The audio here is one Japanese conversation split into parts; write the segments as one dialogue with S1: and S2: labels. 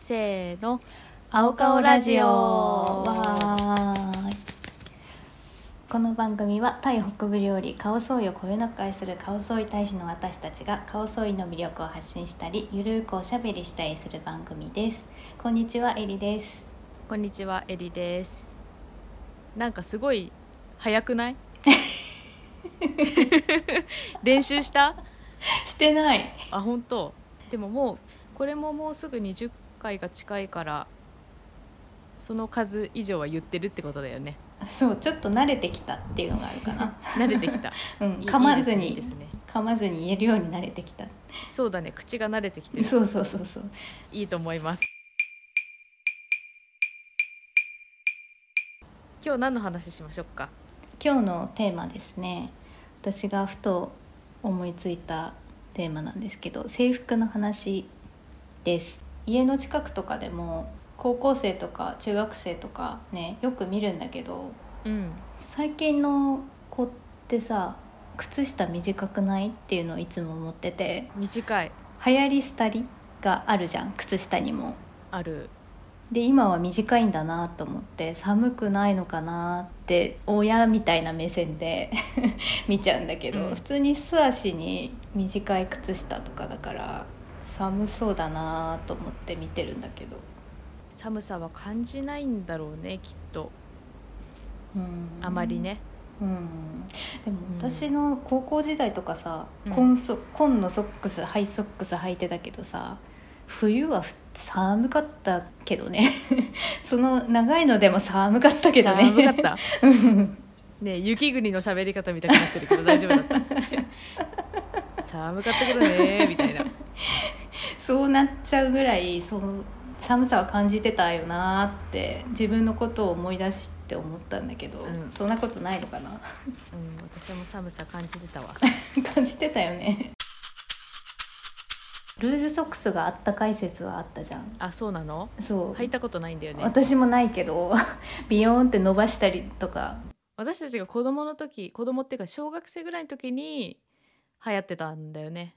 S1: せーの
S2: 青顔ラジオ
S1: わ
S2: この番組はタイ北部料理カオソーイをこよなく愛するカオソーイ大使の私たちがカオソーイの魅力を発信したりゆるーくおしゃべりしたりする番組ですこんにちはエリです
S1: こんにちはえりですなんかすごい早く ない練習した
S2: してない
S1: あ本当でももうこれももうすぐ20回が近いからその数以上は言ってるってことだよね
S2: そうちょっと慣れてきたって いうのがあるかな
S1: 慣れてきた
S2: うん
S1: いい
S2: 噛まず
S1: いい
S2: に
S1: ですねいいですね
S2: 噛まずに言えるように慣れてきた
S1: そうだね口が慣れてきてる
S2: そうそうそうそう
S1: いいと思います今日何の話しましょうか
S2: 今日のテーマですね私がふと思いついたテーマなんですけど制服の話です家の近くとかでも高校生とか中学生とかねよく見るんだけど
S1: うん
S2: 最近の子ってさ靴下短くないっていうのをいつも思ってて
S1: 短い
S2: 流行り廃りがあるじゃん靴下にも
S1: ある
S2: で今は短いんだなと思って寒くないのかなって親みたいな目線で 見ちゃうんだけど、
S1: うん
S2: 普通に素足に短い靴下とかだから寒そうだなと思って見てるんだけど、
S1: 寒さは感じないんだろうねきっと
S2: うん
S1: あまり、ね、
S2: うん、でも
S1: うん
S2: 私の高校時代とかさ、
S1: うん
S2: 紺そ紺のソックスハイソックス履いてたけどさ冬はふ寒かったけどね その長いのでも寒かったけどね
S1: 寒か ったねえ雪国の喋り方みたいになってるけど大丈夫だった 寒かったけどねみたいな
S2: そうなっちゃうぐらいその寒さは感じてたよなーって自分のことを思い出して思ったんだけど、
S1: うん
S2: そんなことないのかな
S1: うん私も寒さ感じてたわ
S2: 感じてたよねルーズソックスがあったかい説はあったじゃん
S1: あそうなの
S2: そう、
S1: 履いたことないんだよね
S2: 私もないけど ビヨーンって伸ばしたりとか
S1: 私たちが子供の時子供っていうか小学生ぐらいの時に流行ってたんだよね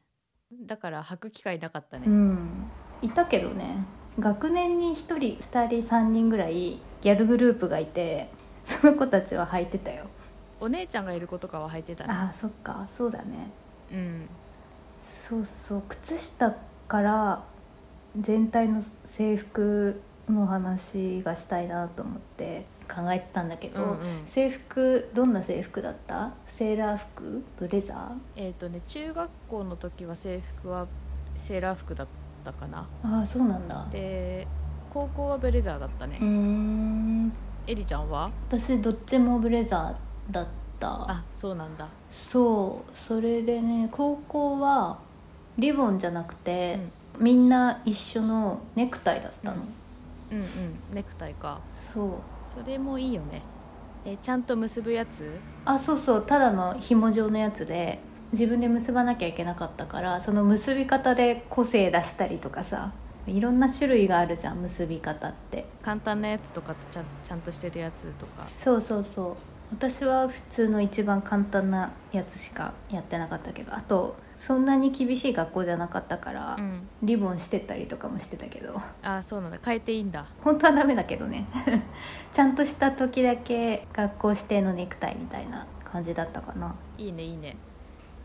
S1: だから履く機会なかったね、
S2: うんいたけどね学年に1人2人3人ぐらいギャルグループがいてその子たちは履いてたよ
S1: お姉ちゃんがいる子とかは履いてたね
S2: ああそっかそうだね
S1: うん
S2: そうそう靴下から全体の制服の話がしたいなと思って考えてたんだけど、
S1: うんうん
S2: 制服どんな制服だったセーラー服ブレザ
S1: えっ、とね中学校の時は制服はセーラー服だったかな
S2: ーああそうなんだう
S1: で高校はブレザーだったね、
S2: ーん
S1: えりちゃんは
S2: 私どっちもブレザーだった
S1: あそうなんだ
S2: そうそれでね高校はリボンじゃなくて
S1: う、ん
S2: みんな一緒のネクタイだったの、
S1: うんうんうんネクタイか
S2: そう
S1: それもいいよねえーちゃんと結ぶやつ
S2: あそうそうただの紐状のやつで自分で結ばなきゃいけなかったからその結び方で個性出したりとかさいろんな種類があるじゃん結び方って
S1: 簡単なやつとかとちゃんちゃんとしてるやつとか
S2: そうそうそう私は普通の一番簡単なやつしかやってなかったけどあとそんなに厳しい学校じゃなかったから、
S1: うん
S2: リボンしてたりとかもしてたけど
S1: あそうなんだ変えていいんだ
S2: 本当はダメだけどね ちゃんとした時だけ学校指定のネクタイみたいな感じだったかない
S1: いねいいね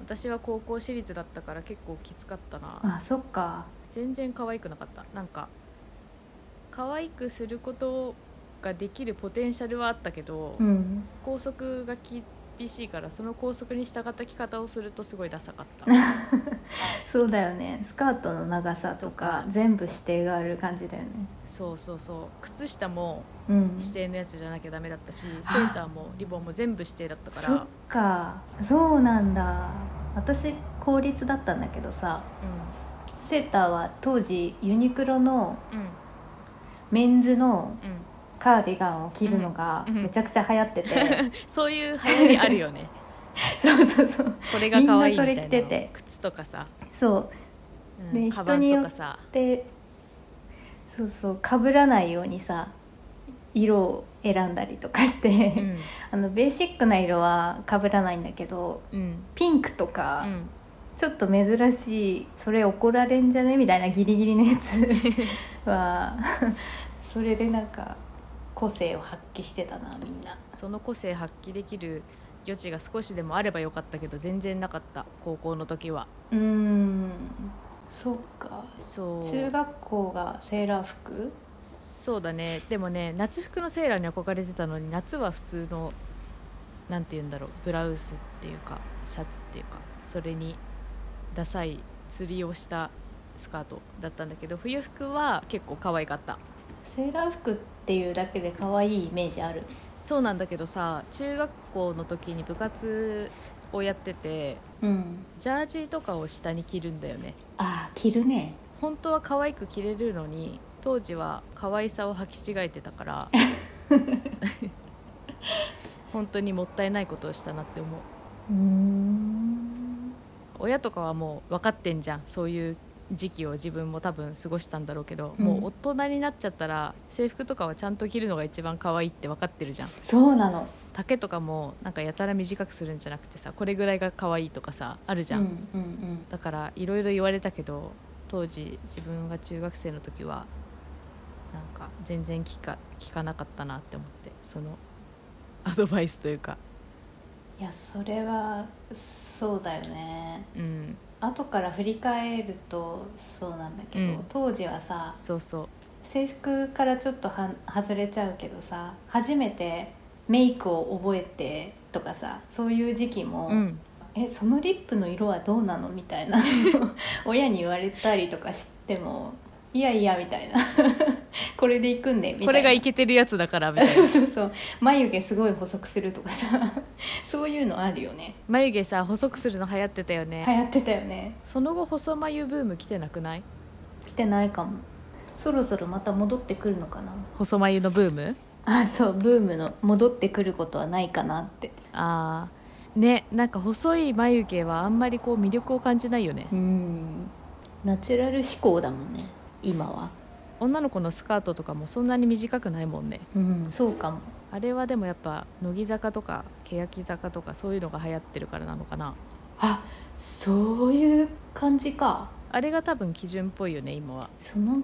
S1: 私は高校私立だったから結構きつかったな
S2: あそっか
S1: 全然可愛くなかったなんか可愛くすることができるポテンシャルはあったけど、
S2: うん
S1: 校則が厳しいからその校則に従った着方をするとすごいダサかった
S2: そうだよねスカートの長さとか全部指定がある感じだよね
S1: そうそうそう靴下も
S2: うん
S1: 指定のやつじゃなきゃダメだ ったし、セーターもリボンも全部指定だったか
S2: そ
S1: ら
S2: っかそうなんだ私公立だったんだけどさセーターは当時ユニクロの
S1: うんうん
S2: メンズの
S1: うん
S2: カーディガンを着るのが
S1: うんうん
S2: めちゃくちゃ流行ってて、
S1: そういう流行りあるよ ね
S2: そうそうそう
S1: これが可愛いみたいな
S2: みんなそれ着てて
S1: 靴とかさ、
S2: そう
S1: うん
S2: ね
S1: カ
S2: 人
S1: バン
S2: によ
S1: と
S2: っ
S1: かさ
S2: でそうそうかぶらないようにさ色を選んだりとかして、
S1: うん
S2: あのベーシックな色はかぶらないんだけど
S1: うん
S2: ピンクと
S1: う
S2: か、
S1: ん
S2: ちょっと珍しいそれ怒られんじゃねみたいなギリギリのやつ はそれでなんか個性を発揮してたなみんな
S1: その個性発揮できる余地が少しでもあればよかったけど全然なかった高校の時は
S2: うーんそうか
S1: そう
S2: 中学校がセーラー服
S1: そうだねでもね夏服のセーラーに憧れてたのに夏は普通のなんて言うんだろうブラウスっていうかシャツっていうかそれにダサい釣りをしたスカートだったんだけど冬服は結構可愛かった
S2: セーラー服っていうだけで可愛いイメージある
S1: そうなんだけどさ中学校の時に部活をやってて
S2: うん
S1: ジャージとかを下に着るんだよね
S2: ああ着るね
S1: 本当は可愛く着れるのに当時は可愛さを履き違えてたから 本当にもったいないことをしたなって思う
S2: うーん
S1: 親とかはもう分かってんじゃんそういう時期を自分も多分過ごしたんだろうけど、
S2: うん
S1: もう大人になっちゃったら制服とかはちゃんと着るのが一番可愛いって分かってるじゃん
S2: そうなの
S1: 丈とかもなんかやたら短くするんじゃなくてさこれぐらいが可愛いとかさあるじゃ、
S2: うんんうんうん
S1: だからいろいろ言われたけど当時自分が中学生の時はなんか全然聞か聞かなかったなって思ってそのアドバイスというか、
S2: いやそれはそうだよね
S1: うん、
S2: 後から振り返るとそうなんだけど、
S1: うん
S2: 当時はさ
S1: そうそう
S2: 制服からちょっとは外れちゃうけどさ初めてメイクを覚えてとかさそういう時期も、
S1: うん
S2: えそのリップの色はどうなのみたいな 親に言われたりとかしてもいやいやみたいな これでいくんでみたいな
S1: これがイケてるやつだからみたい
S2: そ
S1: な
S2: うそうそう眉毛すごい細くするとかさ そういうのあるよね
S1: 眉毛さ細くするの流行ってたよね、
S2: 流行ってたよね
S1: その後細眉ブーム来てなくない
S2: 来てないかもそろそろまた戻ってくるのかな
S1: 細眉のブーム
S2: あそうブームの戻ってくることはないかなって
S1: あーねなんか細い眉毛はあんまりこう魅力を感じないよね
S2: うんナチュラル思考だもんね今は
S1: 女の子のスカートとかもそんなに短くないもんね
S2: うんそうかも
S1: あれはでもやっぱ乃木坂とか欅坂とかそういうのが流行ってるからなのかな
S2: あそういう感じか
S1: あれが多分基準っぽいよね今は
S2: その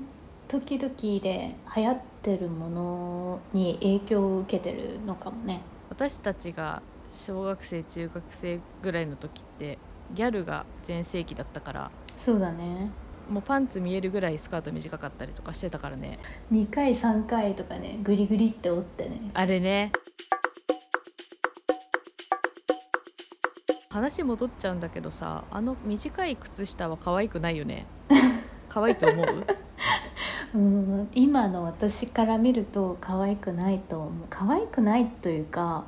S2: 時々で流行ってるものに影響を受けてるのかもね
S1: 私たちが小学生中学生ぐらいの時ってギャルが全盛期だったから
S2: そうだね
S1: もうパンツ見えるぐらいスカート短かったりとかしてたからね
S2: 2回3回とかねグリグリって折ってね
S1: あれね話戻っちゃうんだけどさあの短い靴下は可愛くないよね可愛いと思う
S2: うん今の私から見ると可愛くないと思う可愛くないというか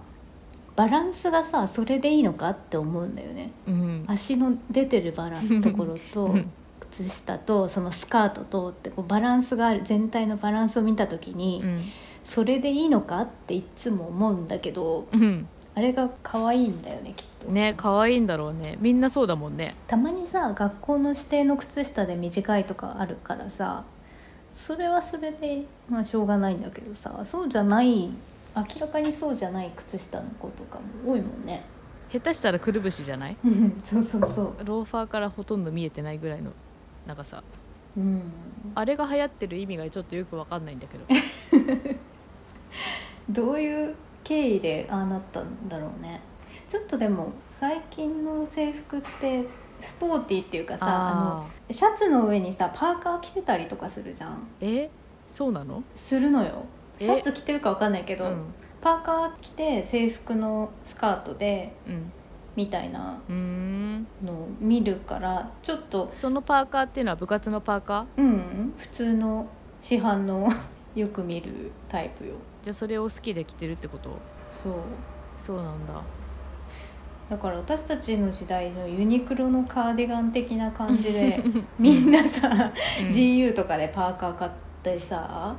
S2: バランスがさそれでいいのかって思うんだよね
S1: うん
S2: 足の出てるバラところと
S1: うん
S2: 靴下とそのスカートとってこうバランスがある全体のバランスを見た時に、
S1: うん
S2: それでいいのかっていつも思うんだけど
S1: うん
S2: あれが可愛いんだよねきっと
S1: ね可愛いんだろうねみんなそうだもんね
S2: たまにさ学校の指定の靴下で短いとかあるからさそれはそれでまあしょうがないんだけどさそうじゃない明らかにそうじゃない靴下の子とかも多いもんね
S1: 下手したらくるぶしじゃない
S2: そうそうそ
S1: ローファーからほとんど見えてないぐらいの長さ
S2: ううん
S1: あれが流行ってる意味がちょっとよくわかんないんだけど
S2: どういう経緯でああなったんだろうねちょっとでも最近の制服ってスポーティーっていうか さあの
S1: ああ
S2: シャツの上にさパーカー着てたりとかするじゃん
S1: えそうなの
S2: するのよ
S1: え
S2: シャツ着てるかわかんないけ
S1: う
S2: ど、
S1: ん
S2: パーカー着て制服のスカートで
S1: うん
S2: みたいな
S1: うーん
S2: のを見るからちょっと
S1: そのパーカーっていうのは部活のパーカー
S2: うん普通の市販のよく見るタイプよ
S1: じゃあそれを好きで着てるってこと
S2: そう
S1: そうなんだ
S2: だから私たちの時代のユニクロのカーディガン的な感 じでみんなさ、
S1: うん
S2: GU とかでパーカー買ってさ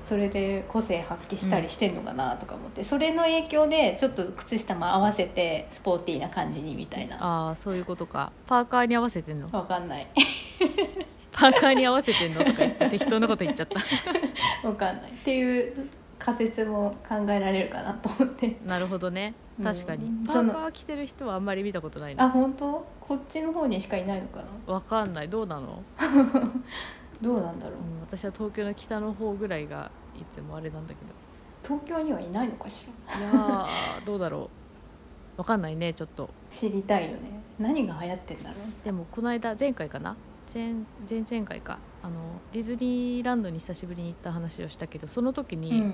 S2: それで個性発揮したりしてんのかなとか思って、それの影響でちょっと靴下も合わせてスポーティーな感じにみたいな
S1: ああそういうことかパーカーに合わせてんの
S2: わかんない
S1: パーカーに合わせてんのとか言って適当なこと言っちゃ った
S2: わかんないっていう仮説も考えられるかなと思って
S1: なるほどね
S2: うん
S1: 確かに、パ
S2: そ
S1: ー
S2: の
S1: カー着てる人はあんまり見たことない
S2: あ
S1: な
S2: 本当こっちの方にしかいないのかな
S1: わかんないどうなの
S2: どうなんだろう
S1: うん私は東京の北の方ぐらいがいつもあれなんだけど
S2: 東京にはいないのかしら
S1: い やーどうだろうわかんないねちょっと
S2: 知りたいよね何が流行ってんだろう
S1: でもこの間前回かな前前々回かあのディズニーランドに久しぶりに行った話をしたけどその時に、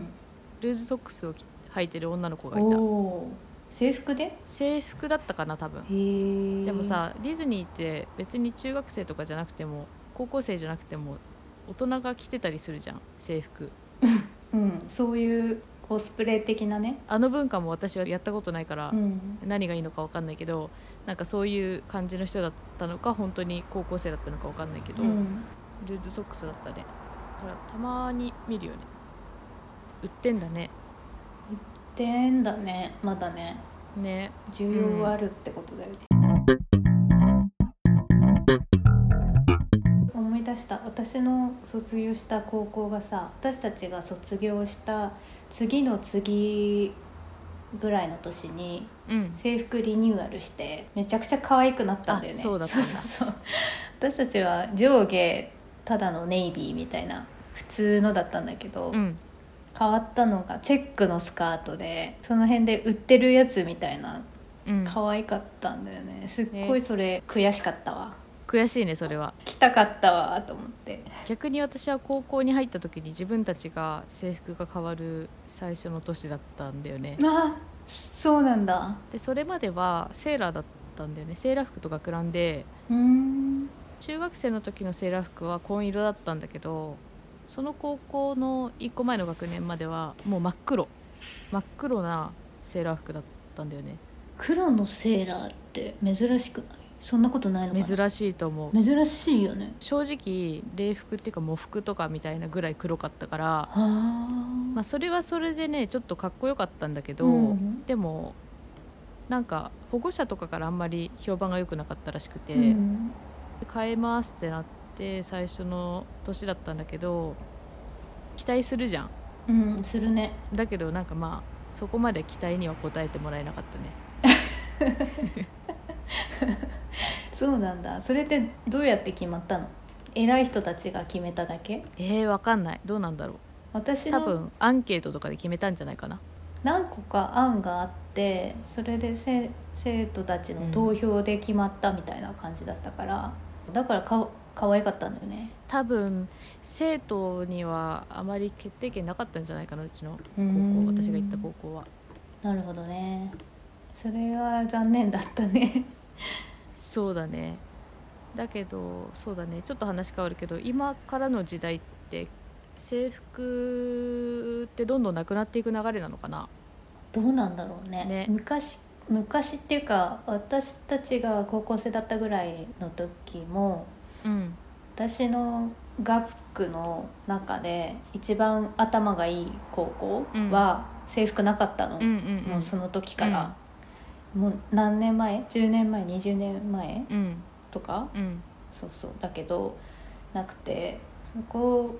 S1: ルーズソックスを着履いてる女の子がいた
S2: おー制服で
S1: 制服だったかな多分
S2: へえ
S1: でもさディズニーって別に中学生とかじゃなくても高校生じゃなくても大人が着てたりするじゃん制服
S2: うんそういうコスプレ的なね
S1: あの文化も私はやったことないから、
S2: うん
S1: 何がいいのか分かんないけどなんかそういう感じの人だったのか本当に高校生だったのか分かんないけど、
S2: うん
S1: ルーズソックスだったねほらたまに見るよね売ってんだね
S2: でんだねまだね
S1: ね
S2: 需要があるってことだよね、思い出した私の卒業した高校がさ私たちが卒業した次の次ぐらいの年に
S1: うん
S2: 制服リニューアルしてめちゃくちゃ可愛くなったんだよね
S1: あそうだったん
S2: そう
S1: だ
S2: そうそう私たちは上下ただのネイビーみたいな普通のだったんだけど、
S1: うん
S2: 変わったのがチェックのスカートでその辺で売ってるやつみたいな
S1: うん
S2: 可愛かったんだよねすっごいそれ悔しかったわ
S1: 悔しいねそれは
S2: 着たかったわと思って
S1: 逆に私は高校に入った時に自分たちが制服が変わる最初の年だったんだよね
S2: あそうなんだ
S1: でそれまではセーラーだったんだよねセーラー服と学ランで
S2: うーん
S1: 中学生の時のセーラー服は紺色だったんだけどその高校の1個前の学年まではもう真っ黒真っ黒なセーラー服だったんだよね
S2: 黒のセーラーって珍しくないそんなことないのかな
S1: 珍しいと思う
S2: 珍しいよね
S1: 正直礼服っていうか喪服とかみたいなぐらい黒かったから
S2: はあ、
S1: まあ、それはそれでねちょっとかっこよかったんだけど、
S2: うん
S1: でもなんか保護者とかからあんまり評判が良くなかったらしくて、
S2: うん
S1: 変えますってなって最初の年だったんだけど期待するじゃん
S2: うん、するね
S1: だけどなんかまあそこまで期待には応えてもらえなかったね
S2: そうなんだそれってどうやって決まったの偉い人たちが決めただけ
S1: えー、わかんないどうなんだろう
S2: 私
S1: 多
S2: の
S1: 分アンケートとかで決めたんじゃないかな
S2: 何個か案があってそれでせ生徒たちの投票で決まったみたいな感じだったから、だからか可愛かったんだよね
S1: 多分生徒にはあまり決定権なかったんじゃないかなうちの
S2: 高
S1: 高校私が行った高校は
S2: なるほどねそれは残念だったね
S1: そうだねだけどそうだねちょっと話変わるけど今からの時代って制服ってどんどんなくなっていく流れなのかな
S2: どうなんだろうね
S1: ね
S2: 昔昔っていうか私たちが高校生だったぐらいの時も
S1: うん
S2: 私の学区の中で一番頭がいい高校は制服なかったの、
S1: うんうん
S2: もうその時から、もう何年前10年前20年前
S1: うん
S2: とか
S1: うん
S2: そうそうだけどなくてそこ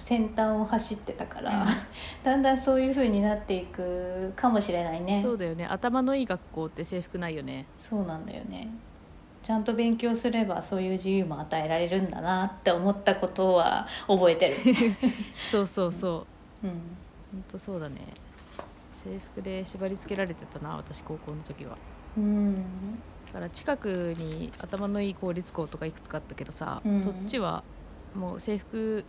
S2: 先端を走ってたから、
S1: うん
S2: だんだんそういう風になっていくかもしれないね
S1: そうだよね頭のいい学校って制服ないよね
S2: そうなんだよねちゃんと勉強すればそういう自由も与えられるんだなって思ったことは覚えてる、
S1: そうそうそう
S2: うん、
S1: ほんとそうだね制服で縛り付けられてたな私高校の時は
S2: うん
S1: だから近くに頭のいい公立校とかいくつかあったけどさ、
S2: うん
S1: そっちはもう制服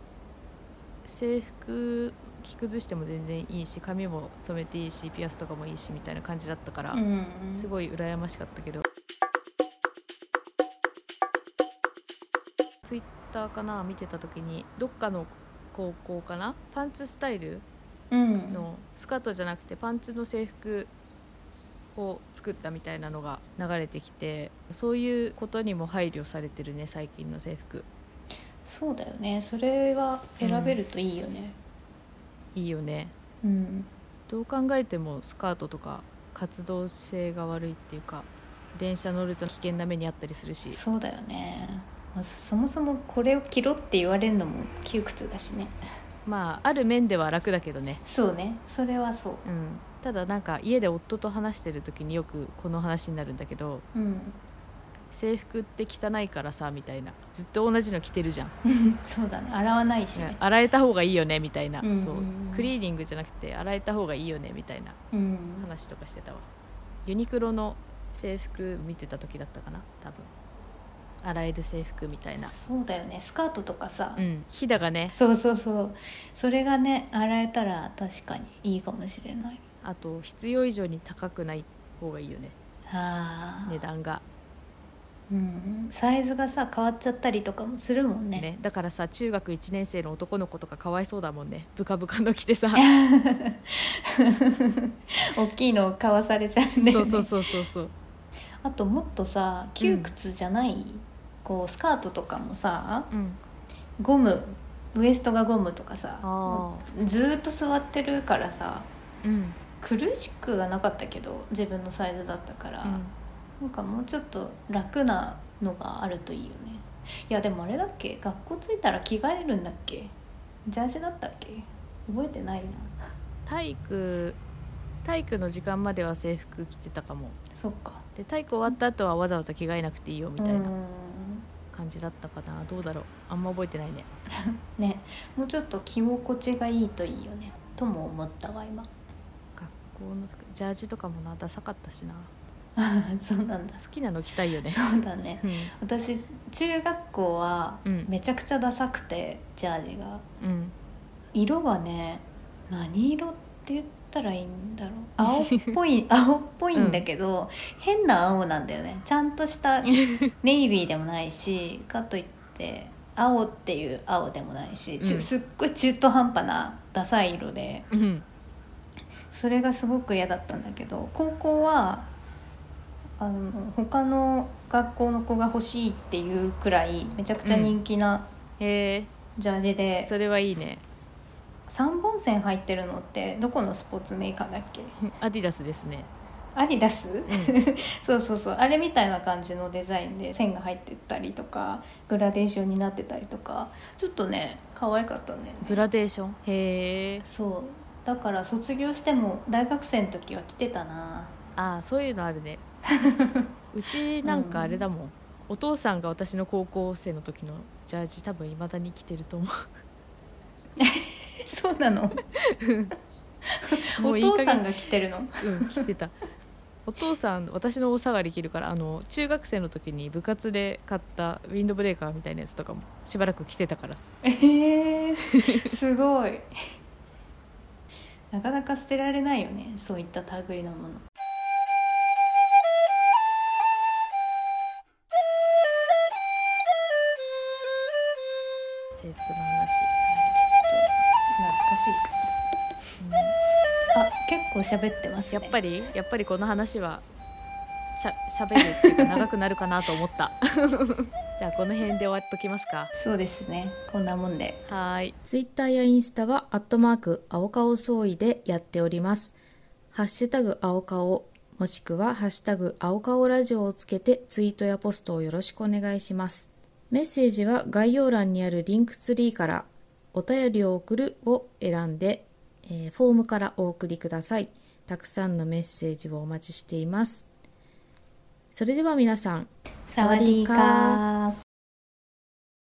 S1: 制服着崩しても全然いいし髪も染めていいしピアスとかもいいしみたいな感じだったから、
S2: うん
S1: すごい羨ましかったけどツイッターかな見てた時にどっかの高校かなパンツスタイル
S2: うん
S1: のスカートじゃなくてパンツの制服を作ったみたいなのが流れてきてそういうことにも配慮されてるね最近の制服
S2: そうだよねそれは選べるといいよね
S1: いいよね
S2: うん、
S1: どう考えてもスカートとか活動性が悪いっていうか電車乗ると危険な目にあったりするし
S2: そうだよねそもそもこれを着ろって言われるのも窮屈だしね
S1: まあある面では楽だけどね
S2: そうねそれはそう
S1: うんただなんか家で夫と話してる時によくこの話になるんだけど
S2: うん
S1: 制服って汚いからさみたいなずっと同じの着てるじゃん、
S2: そうだね洗わないしね、
S1: 洗えた方がいいよねみたいな、
S2: うんうんうん
S1: そうクリーニングじゃなくて洗えた方がいいよねみたいな
S2: うん、
S1: 話とかしてたわユニクロの制服見てた時だったかな多分洗える制服みたいな
S2: そうだよねスカートとかさ、
S1: うんひだがね
S2: そうそうそうそれがね洗えたら確かにいいかもしれない
S1: あと必要以上に高くない方がいいよね
S2: ああ、
S1: 値段が
S2: うん、サイズがさ変わっちゃったりとかもするもん
S1: ね
S2: ね
S1: だからさ中学1年生の男の子とかかわいそうだもんねブカブカの着て さ
S2: 大きいのを買わされちゃうんだ
S1: そ
S2: よ
S1: う
S2: ね
S1: そうそうそうそう
S2: あともっとさ窮屈じゃない、こうスカートとかもさ
S1: うん
S2: ゴムウエストがゴムとかさ
S1: あ
S2: ずーっと座ってるからさ
S1: ーうん
S2: 苦しくはなかったけど自分のサイズだったから、なんかもうちょっと楽なのがあるといいよねいやでもあれだっけ学校着いたら着替えるんだっけジャージだったっけ覚えてないな
S1: 体育体育の時間までは制服着てたかも
S2: そっか
S1: で体育終わった後はわざわざ着替えなくていいよみたいうなん感じだったかなどうだろうあんま覚えてないね
S2: ねもうちょっと着心地がいいといいよねとも思ったわ今
S1: 学校の服ジャージとかもなダサかったしな
S2: そうなんだ
S1: 好きなの着たいよね
S2: そうだね
S1: う
S2: 私中学校は
S1: うん
S2: めちゃくちゃダサくて、ジャージが
S1: ん、うん、
S2: 色がね何色って言ったらいいん だろう青っぽい青っぽいんだけど、変な青なんだよねちゃん としたネイビーでもないしかといって青っていう青でもないし、ちゅ
S1: うん
S2: すっごい中途半端なダサい色で
S1: うん、
S2: それがすごく嫌だったんだけど高校はあの他の学校の子が欲しいっていうくらいめちゃくちゃ人気な
S1: へ
S2: ジャージ
S1: え
S2: で、
S1: それはいいね
S2: 3本線入ってるのってどこのスポーツメーカーだっけ
S1: アディダスですね
S2: アディダスそうそうそうあれみたいな感じのデザインで線が入ってたりとかグラデーションになってたりとかちょっとね可愛かったね
S1: グラデーションへえ
S2: そうだから卒業しても大学生の時は着て たな
S1: ああそういうのあ るねうちなんかあれだもん、お父さんが私の高校生の時のジャージ多分いまだに着てると思
S2: そうな の
S1: うも
S2: お
S1: ういい加
S2: 父
S1: 減
S2: さんが着てるの
S1: うん着てた お父さん私のお下がり着るからあの中学生の時に部活で買ったウィンドブレーカーみたいなやつとかもしばらく着てたから
S2: ええ ー、すごいなかなか捨てられないよねそういった類のもの
S1: 制服の話、
S2: 懐
S1: うん
S2: かしいあ結構喋ってます
S1: や
S2: ね
S1: っぱりやっぱりこの話はしゃしゃべるっていうか長くなるかなと思った じゃあこの辺で終わっときますか
S2: そうですねこんなもんで
S1: はーい
S3: ツイッターやインスタは、アットマーク、青顔総意でやっております。ハッシュタグ、青顔、もしくは、ハッシュタグ、青顔ラジオをつけて、ツイートやポストをよろしくお願いします。メッセージは、概要欄にあるリンクツリーから、お便りを送るを選んで、えーフォームからお送りください。たくさんのメッセージをお待ちしています。それでは皆さん、
S2: サワディー
S3: サワディー
S2: カー